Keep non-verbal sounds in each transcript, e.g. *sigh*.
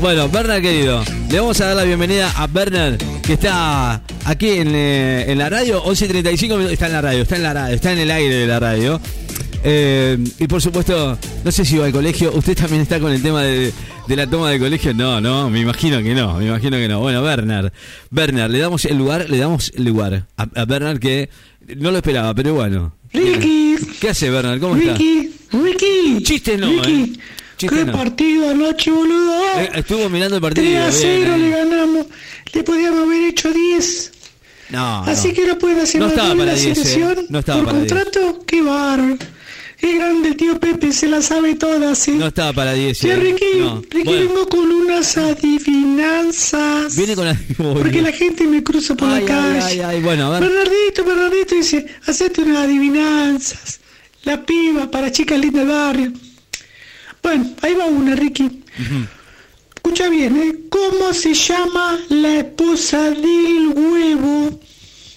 Bueno, Bernard querido, le vamos a dar la bienvenida a Bernard, que está aquí en, eh, en la radio, 11.35, está en la radio, está en la radio, está en el aire de la radio. Eh, y por supuesto, no sé si va al colegio, usted también está con el tema de, de la toma de colegio. No, no, me imagino que no, me imagino que no. Bueno, Bernard, Bernard, le damos el lugar, le damos el lugar a, a Bernard que no lo esperaba, pero bueno. Ricky, ¿Qué hace Bernard? ¿Cómo está? Ricky, Ricky. Chistes no, Ricky, eh. Chistes qué no. partido anoche, boludo. Eh, Estuvo mirando el partido. 3 a bien, 0 eh. le ganamos. Le podíamos haber hecho 10. Ah, No, Así no. que no pueden hacer No más estaba gol en para la 10, eh. selección. No estaba por para 10. contrato, qué bárbaro. Qué grande el tío Pepe, se la sabe todas, eh. No estaba para 10. Che, eh. Ricky, No. Ricky Bueno, vengo con unas adivinanzas. Viene con la. Porque la gente me cruza por Ay, la ay, calle. ay, ay, bueno, a ver. Bernardito, Bernardito dice, hacete unas adivinanzas. La piba para chicas lindas del barrio. Bueno, ahí va una, Ricky. Escucha bien, ¿eh? ¿Cómo se llama la esposa del huevo?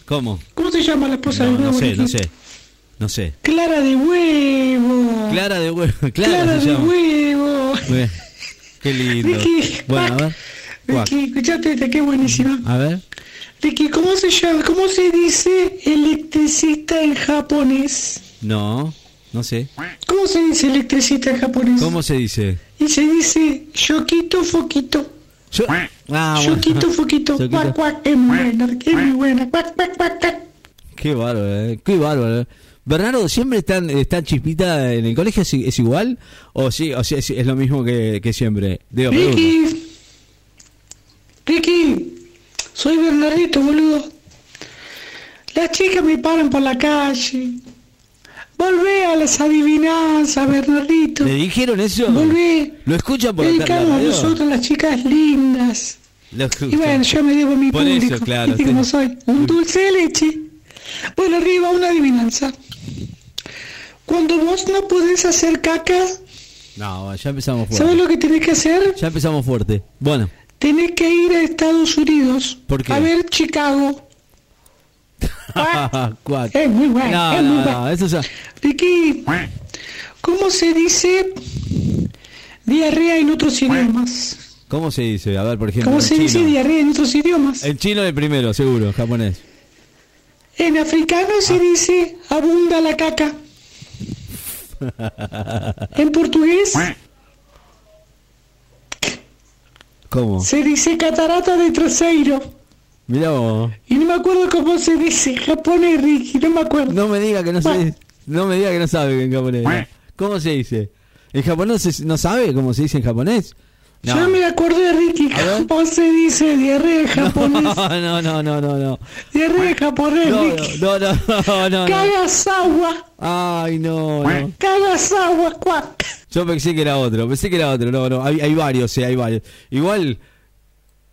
¿Cómo? ¿Cómo se llama la esposa No, del huevo? no sé, Ricky? no sé. No sé. Clara de huevo. Clara de huevo. *laughs* Clara, Clara se de llama. huevo. Muy bien. Qué lindo. Ricky, Bueno, a ver. Cuac. Ricky, escuchate esta, qué buenísima. A ver. Ricky, ¿cómo se llama? ¿Cómo se dice electricista en japonés? No, no sé. ¿Cómo se dice electricista en japonés? ¿Cómo se dice? Y se dice Yokito Foquito. Yo. Ah, bueno. *laughs* Yokito Foquito. Yokito. Cuac, cuac. Es muy buena, es muy buena. Cuac, cuac, cuac, cuac. Qué bárbaro, eh. Qué bárbaro. eh. Bernardo, ¿siempre está está chispita en el colegio? ¿Es, es igual? ¿O sí? ¿O sí es, es lo mismo que, que siempre? Digo, pregunto. Ricky. Ricky. Soy Bernardito, boludo. Las chicas me paran por la calle. Volvé a las adivinanzas, Bernardito. ¿Le dijeron eso? Volvé. ¿Lo escuchan por acá en la Dedicamos a radio? nosotros las chicas lindas. Lo escuchan. Y bueno, yo me debo a mi Por eso, público. claro, ¿Viste sí. cómo soy? Un dulce de leche. Bueno, arriba una adivinanza. Cuando vos no podés hacer caca, No, bueno, ya empezamos fuerte. ¿sabés lo que tenés que hacer? Ya empezamos fuerte. Bueno, Tenés que ir a Estados Unidos. ¿Por qué? A ver Chicago. *laughs* Ah, cuac. es muy bueno, No, es muy no, bueno. no, eso ya. Ricky, ¿cómo se dice diarrea en otros idiomas? ¿Cómo se dice? A ver, por ejemplo. ¿Cómo en se dice chino. diarrea en otros idiomas? En chino el primero, seguro, japonés. En africano se dice abunda la caca. En portugués ¿Cómo? se dice catarata de trasero. Mirá vos. Y no me acuerdo cómo se dice en japonés, Ricky, no me acuerdo. No me diga que no Bueno. se No me diga que no sabe en japonés. ¿Cómo se dice? ¿En japonés se- no sabe cómo se dice en japonés? No. Yo me acordé, Ricky, A ver. cómo se dice diarrea en *laughs* japonés. No, no, no, no, no. Diarrea en japonés, No, Ricky. no, no, no, no, no. Cagas agua, Ay, no, no. cagas agua, cuac. Yo pensé que era otro, pensé que era otro. No, no, hay, hay varios, sí, hay varios. Igual,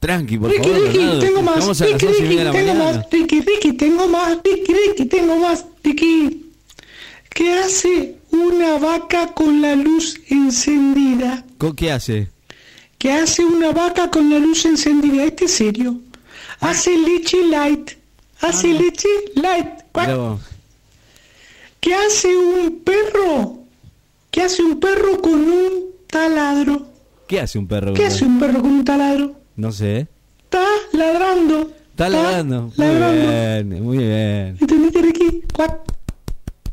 tranqui, por Ricky, favor. Ricky, Bernardo, tengo más. estamos a las Ricky, 11 y Ricky, media de la tengo mañana. más. Ricky, Ricky, tengo más. Ricky, Ricky, tengo más. Ricky. ¿Qué hace una vaca con la luz encendida? ¿Con qué hace? ¿Qué hace una vaca con la luz encendida? Este es serio. Hace leche light. Hace Ah, leche light. Cuac. Mirá vos. ¿Qué hace un perro? ¿Qué hace un perro con un taladro? ¿Qué hace un perro? ¿Qué hace un perro con un taladro? No sé. ¿eh? Está ladrando. Está ladrando. ladrando. Muy bien, muy bien. ¿Entendiste, Ricky? Cuac.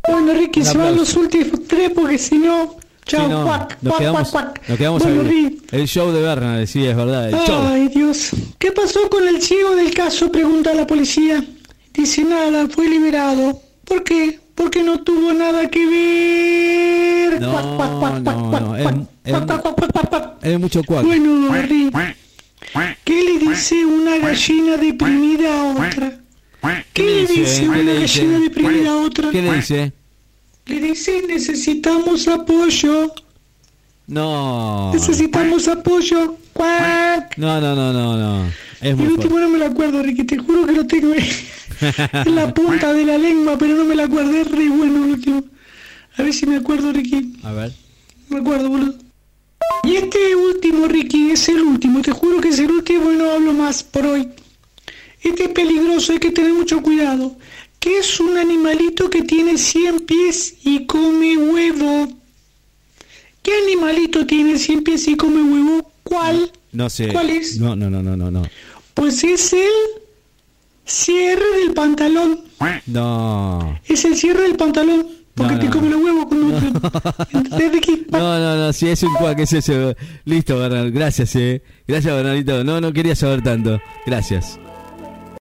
Bueno, Ricky, Un se van los aplauso. últimos tres porque si no. Chao, Sí, no, cuac, nos cuac, quedamos, cuac, cuac. Nos quedamos bueno, ahí. Ricky. El show de Bernard, sí, es verdad. El show. Ay, Dios. ¿Qué pasó con el ciego del caso? Pregunta la policía. Dice nada, fue liberado. ¿Por qué? Porque no tuvo nada que ver. No, Cuac, cuac, cuac, no, cuac, no, cuac, es- cuac, es- cuac, cuac, cuac, cuac, cuac. Es mucho cuac. Bueno, Ricky. ¿Qué le dice una gallina deprimida a otra? ¿Qué le dice ¿Qué una le dice? gallina deprimida a otra? ¿Qué le dice? Le dice, necesitamos apoyo, No. necesitamos apoyo. ¡Cuac! No, no, no, no, no. Es El muy último no me lo acuerdo, Ricky, te juro que lo tengo en en la punta de la lengua, pero no me lo acuerdo, es re bueno el último. A ver si me acuerdo, Ricky. fuerte. A ver. No me acuerdo, boludo. Y este último, Ricky, es el último, te juro que es el último y no hablo más por hoy. Este es peligroso, hay que tener mucho cuidado. Que es un animalito que tiene 100 pies y come huevo. ¿Qué animalito tiene 100 pies y come huevo? ¿Cuál? No sé. ¿Cuál es? No, no, no, no, no, no. Pues es el cierre del pantalón. No. Es el cierre del pantalón. Porque No, te no. come los huevos cuando te lo- *laughs* ¿Entendés, Ricky? No, no, no, si es un cuac, es eso. Listo, Bernal, gracias, eh. Gracias, Bernalito. No, no quería saber tanto. Gracias.